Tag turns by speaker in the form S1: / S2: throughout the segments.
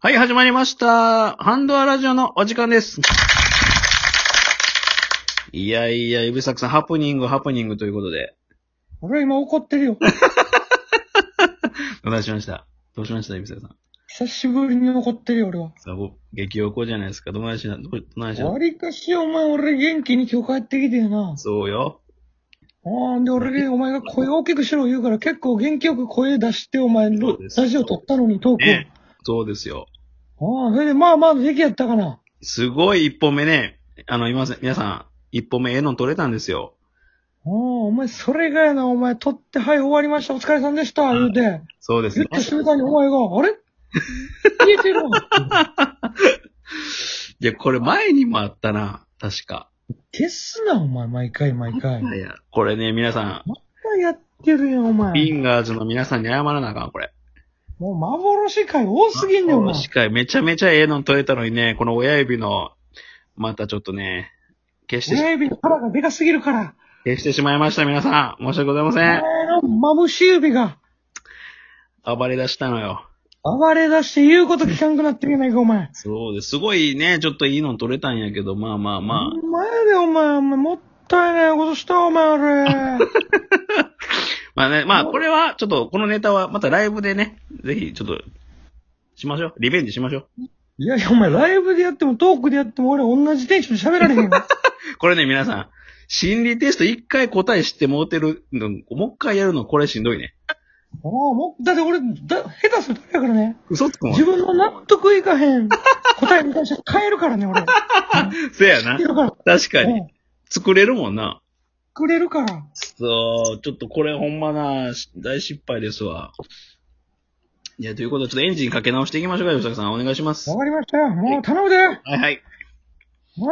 S1: はい、始まりました。ハンドアラジオのお時間です。いやいや、イブサクさん、ハプニング、ハプニングということで、
S2: 俺は今怒って るよ。
S1: お願いしました。どうしました、イブサクさん。
S2: 久しぶりに怒ってるよ、俺は。
S1: さあ、ご激おこじゃないですか。どないしな、どないしな。
S2: わりかし、お前、俺元気に今日帰ってきてよな。
S1: そうよ。
S2: あんで、俺が、お前が声大きくしろ言うから、結構元気よく声出して、お前、
S1: そ
S2: ロ
S1: うです
S2: ラジオ撮ったのに、トークを。
S1: ねそうですよ。
S2: ああ、それで、まあまあ、出来やったかな。
S1: すごい一本目ね。あの、今、皆さん、一本目、ええの取れたんですよ。
S2: ああ、お前、それがやな、お前、撮って、はい、終わりました、お疲れさんでした、言うて。
S1: そうです
S2: 言
S1: ね
S2: った瞬間に、お前が、あれ消えてるわ。
S1: いや、これ前にもあったな。確か。
S2: 消すな、お前、毎回毎回。
S1: いや、これね、皆さ
S2: やってるやん、お
S1: ん、フ
S2: 前。
S1: ィンガーズの皆さんに謝らなあかん、これ。
S2: もう、幻回多すぎんねん、お前。
S1: 確かに、めちゃめちゃええの撮れたのにね、この親指の、またちょっとね、消してし、
S2: 親指の腹がでかすぎるから。
S1: 消してしまいました、皆さん。申し訳ございま
S2: お
S1: せん。
S2: 前の眩しい指が
S1: 暴れ出したのよ。
S2: 暴れ出して言うこと聞かんくなってるやないか、お前。
S1: そうです。すごいね、ちょっといいの撮れたんやけど、まあまあまあ。
S2: お前で、お前、お前、もったいないことした、お前、俺。
S1: まあね、まあこれは、ちょっとこのネタはまたライブでね、ぜひちょっと、しましょう。リベンジしましょう。
S2: いやいや、お前、ライブでやっても、トークでやっても、俺、同じテンションで喋られへんよ。
S1: これね、皆さん、心理テスト一回答え知ってもうてるの、もう一回やるの、これしんどいね。
S2: おうもうだって俺、だ、下手するとやからね。
S1: 嘘つくもん
S2: 自。分の納得いかへん答えに対して変えるからね、俺。
S1: せやな
S2: 変え。るから。
S1: 確か
S2: う
S1: に
S2: ん。
S1: 作れるもんな。
S2: くれるから。
S1: そう、ちょっとこれほんまな、し大失敗ですわ。いや、ということで、ちょっとエンジンかけ直していきましょうか、吉崎さん。お願いします。
S2: わ
S1: は
S2: かりましたよ。もう頼むで。
S1: いはい。
S2: うん。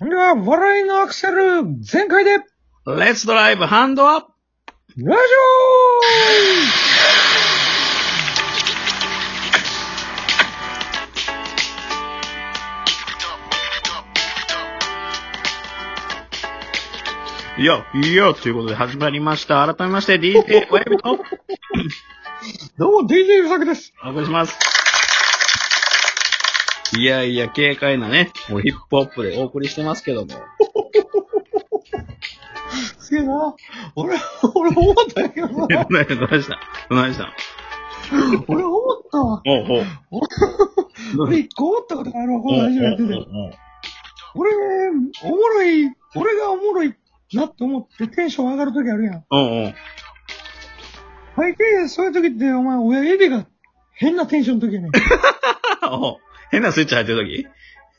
S2: ほんでは、笑いのアクセル、全開で。
S1: レッツドライブハンドアップ
S2: ラジオ
S1: いや、いいよということで始まりました。改めまして、DJ ワイブとお
S2: どうも、DJ ゆさくです。
S1: 送りします。いやいや、軽快なね、もうヒップホップでお送りしてますけども。
S2: すげえな。俺、俺思ったんやけど
S1: ど
S2: な。
S1: ないしたどないしたどないした
S2: 俺思ったわ。
S1: おうおう。
S2: 俺一個思ったことがあるわ、こ
S1: おう
S2: の
S1: おう
S2: ラジオやって
S1: おう
S2: て。
S1: おう
S2: 俺、おもろい、俺がおもろいなって思ってテンション上がるときあるやん。
S1: おうおう
S2: 毎回そういうときって、お前、親指が変なテンションのときやねん。
S1: おう変なスイッチ入ってる時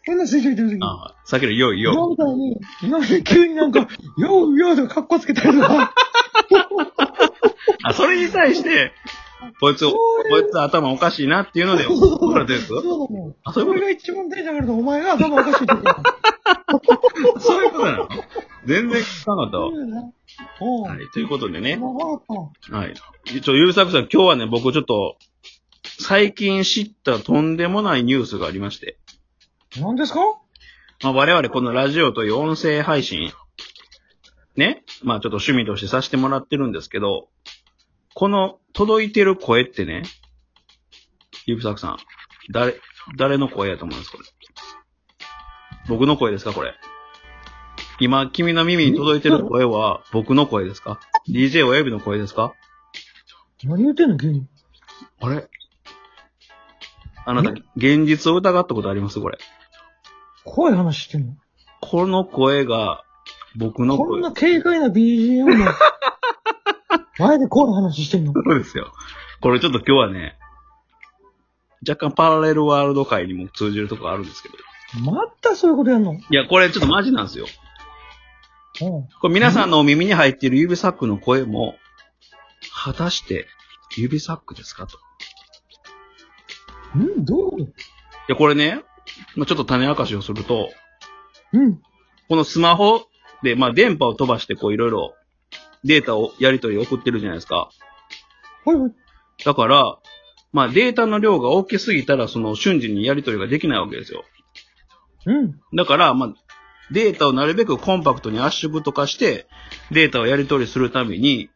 S2: 変なスイッチ入ってるとき。
S1: ああ、さっきのよいよい
S2: 今みたいに、今みたいに急になんか、ようようとか格好つけたりとか。
S1: あ、それに対 して、こいつ、こいつ頭おかしいなっていうので、怒られてるんです
S2: そうだもん。
S1: あそういうこと
S2: それが一番テンション上がると、お前が頭おかしいときやねん。
S1: そういうことなの全然聞かなかったわ。
S2: おう。
S1: はい、ということでね。
S2: わかった。
S1: はい。ちょ、ゆうさくさん、今日はね、僕ちょっと、最近知ったとんでもないニュースがありまして。
S2: 何ですか
S1: まあ、我々このラジオという音声配信、ね。まあ、ちょっと趣味としてさせてもらってるんですけど、この届いてる声ってね、ゆうさくさん、誰、誰の声やと思いますこれ。僕の声ですかこれ。今、君の耳に届いてる声は、僕の声ですか ?DJ 親指の声ですか
S2: 何言ってんの急に。
S1: あれあなた、現実を疑ったことありますこれ。
S2: 怖い話してんの
S1: この声が、僕の
S2: こ
S1: 声
S2: ん。な軽快な BGM の前で怖い話してんの
S1: そうですよ。これちょっと今日はね、若干パラレルワールド界にも通じるとこあるんですけど。
S2: またそういうことやんのうん。
S1: いや、これちょっとマジなんですよ。これ皆さんのお耳に入っている指サックの声も、果たして指サックですかと。い
S2: うん、どういうこと
S1: や、これね、まあちょっと種明かしをすると、
S2: うん。
S1: このスマホで、まあ電波を飛ばしてこういろいろデータをやり取り送ってるじゃないですか。
S2: ほいほい。
S1: だから、まあデータの量が大きすぎたらその瞬時にやり取りができないわけですよ。
S2: うん。
S1: だから、まあ、データをなるべくコンパクトに圧縮とかして、データをやり取りするために、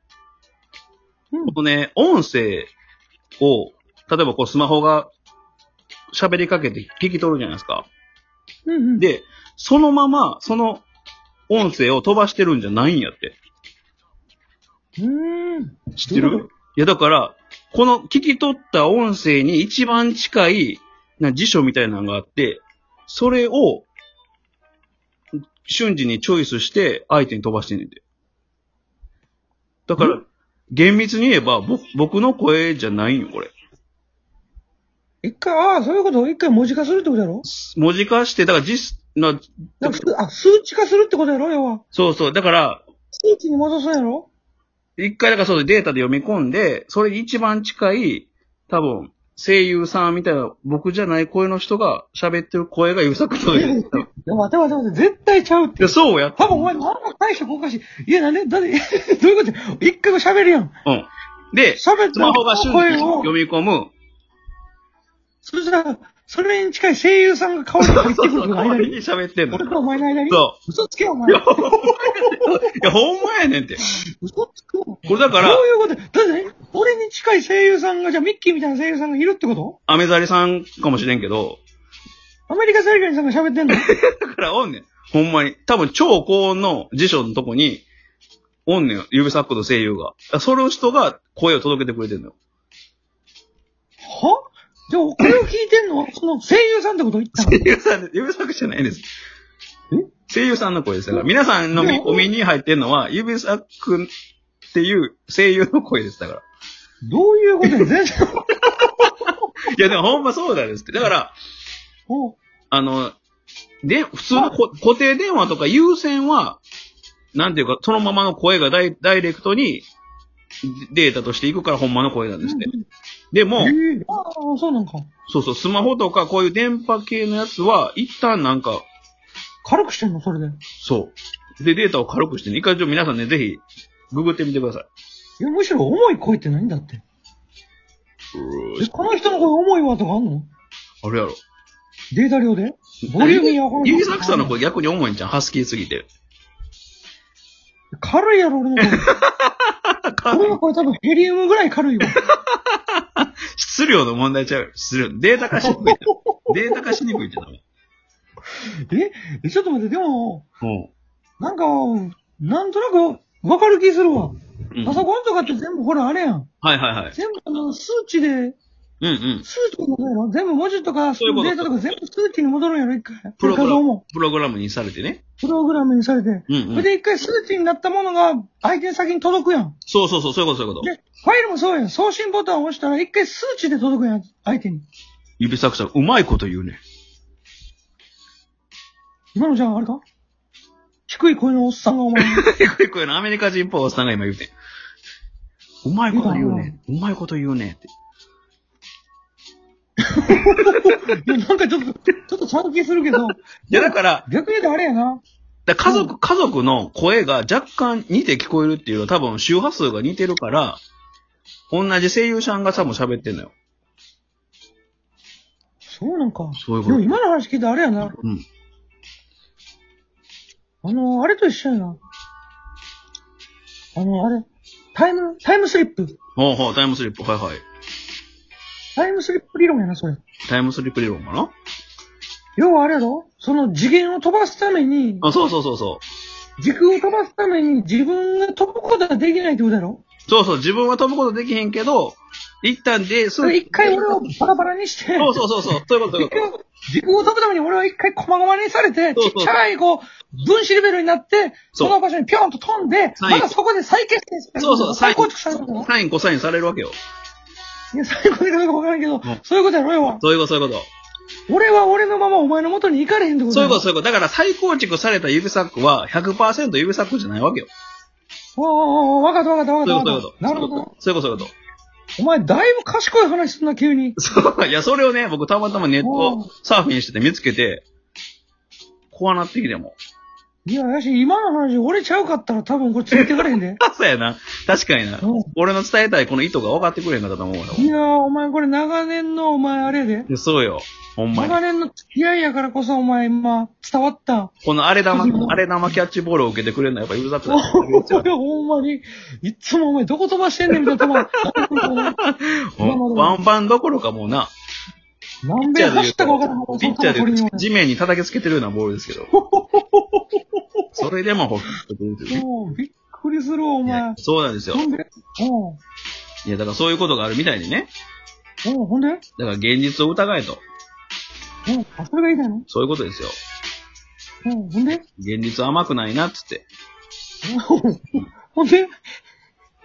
S2: うん
S1: このね、音声を、例えばこうスマホが喋りかけて聞き取るじゃないですか。
S2: うんうん。、
S1: で、そのまま、その音声を飛ばしてるんじゃないんやって。
S2: うーん。
S1: 知って
S2: どういう
S1: るいや、だから、この聞き取った音声に一番近いな辞書みたいなのがあって、それを瞬時にチョイスして相手に飛ばしてんねんて。だから、厳密に言えば、ぼ僕の声じゃないんよ、これ。
S2: 一回、ああ、そういうこと一回文字化するってことやろ
S1: 文字化して、だから実、な
S2: なんかすあ、数値化するってことやろ要は。
S1: そうそう、だから、
S2: 数値に戻すんやろ
S1: 一回だからそうでデータで読み込んで、それに一番近い、多分、声優さんみたいな、僕じゃない声の人が喋ってる声が優作と
S2: いや
S1: いう。
S2: いや、待て待て待て、絶対ちゃうって
S1: いや、。そうやって
S2: 多分お前、なんか大したおかしい。いや、なんで、 だって、どういうことや一回も喋るやん。
S1: うん。で、ス
S2: 喋った
S1: マホが瞬時
S2: 声
S1: に
S2: を
S1: 読、み込む。
S2: そしたら、それに近い声優さんが顔に入ってく
S1: そう
S2: る
S1: そう、代
S2: との
S1: わ
S2: 間
S1: り
S2: に
S1: に。喋ってんの。
S2: 俺
S1: そ
S2: とお前の間に。
S1: う。
S2: 嘘つけよ、お
S1: い
S2: 前
S1: や、。ほんまやねんいや、ほんまやねんって。
S2: 嘘つくこ
S1: これだから
S2: どういうことやだって、俺に近い声優さんが、じゃあミッキーみたいな声優さんがいるってこと
S1: アメザリさんかもしれんけど、
S2: アメリカサリガニさんが喋ってんの
S1: だからおんねん。ほんまに。多分、超高音の辞書のとこに、おんねん。指作と声優が。それを人が声を届けてくれてんのよ。
S2: はじゃあ、これを聞いてんのは、その声優さんってこと 言ったの
S1: 声優さんで、指作じゃないです。声優さんの声ですだから。皆さんのみ
S2: うん
S1: お耳に入ってんのは、指作っていう声優の声です。だから。
S2: どういうことや全然。
S1: いや、でもほんまそうなんですって。だから、
S2: おう
S1: あの、で、普通のこ固定電話とか有線は、なんていうか、そのままの声がダイダイレクトにデータとしていくからほんまの声なんですって。でも、
S2: ええああ、そうなんか。
S1: そうそう、スマホとかこういう電波系のやつは、一旦なんか、
S2: 軽くしてんのそれで。
S1: そう。で、データを軽くしてね、一回ちょっと皆さんね、ぜひ、ググってみてください。
S2: いや、むしろ重い声って何だって。え、この人の声重いわとかあんの
S1: あれやろ。
S2: データ量でボリュームにやこ
S1: 指作さんの声逆に重いんじゃん、ハスキーすぎて。
S2: 軽いやろ、俺の 声。俺の声多分ヘリウムぐらい軽いわ。
S1: 質量の問題ちゃうよ。質量。データ化しにくいって。データ化しにくいってダメ。
S2: え え、ちょっと待って、でも、
S1: うん。
S2: なんか、なんとなく、わかる気するわ。
S1: うん
S2: パソコンとかって全部ほらあれやん。
S1: はいはいはい。
S2: 全部あの、数値で、
S1: うんうん。
S2: 数値のことやろ全部文字とか、
S1: そういうこと
S2: データとか全部数値に戻るんやろ一回。
S1: プログ
S2: 画
S1: ラ
S2: 像
S1: ム
S2: も。、
S1: プログラムにされてね。
S2: プログラムにされて。
S1: うん
S2: そうれ
S1: ん。
S2: で一回数値になったものが相手先に届くやん。
S1: そうそうそう、そういうことそういうこと。
S2: で、ファイルもそうやん。送信ボタンを押したら一回数値で届くやん、相手に。
S1: 指作さん、うまいこと言うね。
S2: 今のじゃあ、あれか低い声のおっさんがお前に。
S1: 結構なアメリカ人っぽいおっさんが今言うてん。うまいこと言うね。うまいこと言うね。って。
S2: いや、なんかちょっと、ちょっと参見するけど、
S1: いや、だから、
S2: 逆に言うとあれやな。
S1: だから家族、家族の声が若干似て聞こえるっていうのは多分周波数が似てるから、同じ声優さんが多分喋ってんのよ。
S2: そうなんか。
S1: そういうこと
S2: でも今の話聞いたらあれやな。
S1: うん。
S2: あの、あれと一緒やな。あの、あれ。タイム、タイムスリップ。
S1: ほうほう、タイムスリップ、はいはい。
S2: タイムスリップ理論やな、それ。
S1: タイムスリップ理論かな
S2: 要はあれやろその次元を飛ばすために、
S1: あ、そうそうそうそう。
S2: 時空を飛ばすために自分が飛ぶことができないってことやろ
S1: そうそう、自分は飛ぶことできへんけど、一旦で、そ
S2: それ一回俺をバラバラにして、
S1: そうそうそうそう、そういうこと、そうい
S2: 時
S1: うこ
S2: 空を時空を飛ぶために俺は一回細々にされて、
S1: そう
S2: ち
S1: そう
S2: っちゃいこう、分子レベルになって、
S1: そう
S2: その場所にピョンと飛んで、
S1: 最後
S2: またそこで再結成
S1: と。
S2: する。
S1: そうそう、サイ
S2: 再
S1: ン
S2: 構築されるんだろ、
S1: サイン、コサインされるわけよ。
S2: いや、最高でどうかわからんけど
S1: ん、
S2: そういうことやろ、要は。
S1: そういうこと、そういうこ。
S2: 俺は俺のままお前の元に行かれへんってことと
S1: そういうこと、
S2: と。
S1: そういうこと。だから再構築された指サックは100%指サックじゃないわけよ。
S2: おーおーおーわかったわかったわ
S1: そういう
S2: か
S1: こ
S2: った
S1: と、
S2: わ
S1: そ
S2: か
S1: うい
S2: っ
S1: うこと。
S2: た。なるほど。
S1: そういうこと、そういうこと。
S2: お前、だいぶ賢い話すんな、急に。
S1: そう。いや、それをね、僕たまたまネッ
S2: お
S1: ト
S2: う
S1: サーフィンしてて見つけて、こうなってきても。
S2: いや、やし、今の話、俺ちゃうかったら多分これついてかれへんで。
S1: そうやな。確かにな
S2: うん。
S1: 俺の伝えたいこの意図が分かってくれへんかったと思うよ。
S2: いやー、お前これ長年のお前あれやで。
S1: でそうよ。ほんまに
S2: 長。年の付き合いやからこそお前今伝わった。
S1: この荒れ玉
S2: そうそ、う
S1: 荒れ玉キャッチボールを受けてくれるのはやっぱユーザークだな
S2: お前ほんまに、いつもお前どこ飛ばしてんねんみたいな
S1: ほ
S2: 球。
S1: んワンバンどころかもうな。
S2: なん
S1: ピ
S2: で
S1: ッチャーで言
S2: 走
S1: う
S2: ったか分からん
S1: と、ピッチャーで
S2: これ
S1: 言
S2: に
S1: うと地面に叩きつけてるようなボールですけど。それでもホッとくるというね
S2: もう、びっくりするわ、お
S1: い
S2: 前。
S1: やそうなんですよ
S2: ほ。んでうん。
S1: いや、だからそういうことがあるみたいでね。
S2: うん、ほんでうん。
S1: だから現実を疑えと。
S2: あ、それがいいだの
S1: そういうことですよ。
S2: うん、ほんで
S1: 現実甘くないな、つって。
S2: うんほんで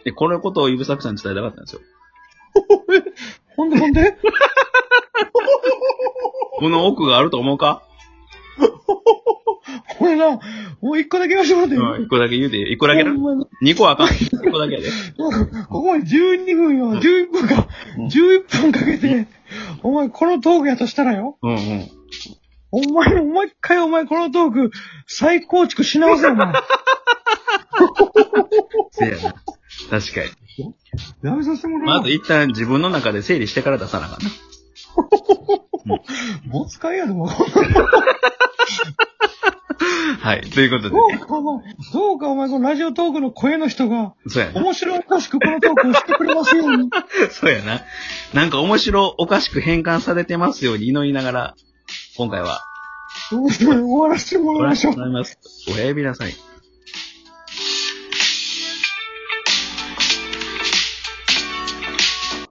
S1: で、このことをイブサクさんに伝えたかったんですよ。
S2: ほんでほんで
S1: この奥があると思うか
S2: これな、もう一個だけ言わせてもらっていい
S1: うん、一個だけ言うていい、一個だけな
S2: ほんまに
S1: 二個あかん。一個だけやで。
S2: ここまで12分よ、11分か、11分かけて、お前このトークやとしたらよ、
S1: うんうん。
S2: お前の、もう一回お前このトーク、再構築し直せよ、お前。
S1: せやな。確かに。
S2: やめさせてもらお
S1: ま
S2: う
S1: ず。一旦自分の中で整理してから出さなあかんな。
S2: もう使いやでも。
S1: はい。ということで
S2: ど、うかお前、どうかお前このラジオトークの声の人が、
S1: そうやな。
S2: 面白おかしくこのトークをしてくれますように。
S1: そうやな。なんか面白おかしく変換されてますように祈りながら、今回は
S2: 終わらせても
S1: ご
S2: ら
S1: 覧
S2: いましょう
S1: く。ださいます。おやすみなさい。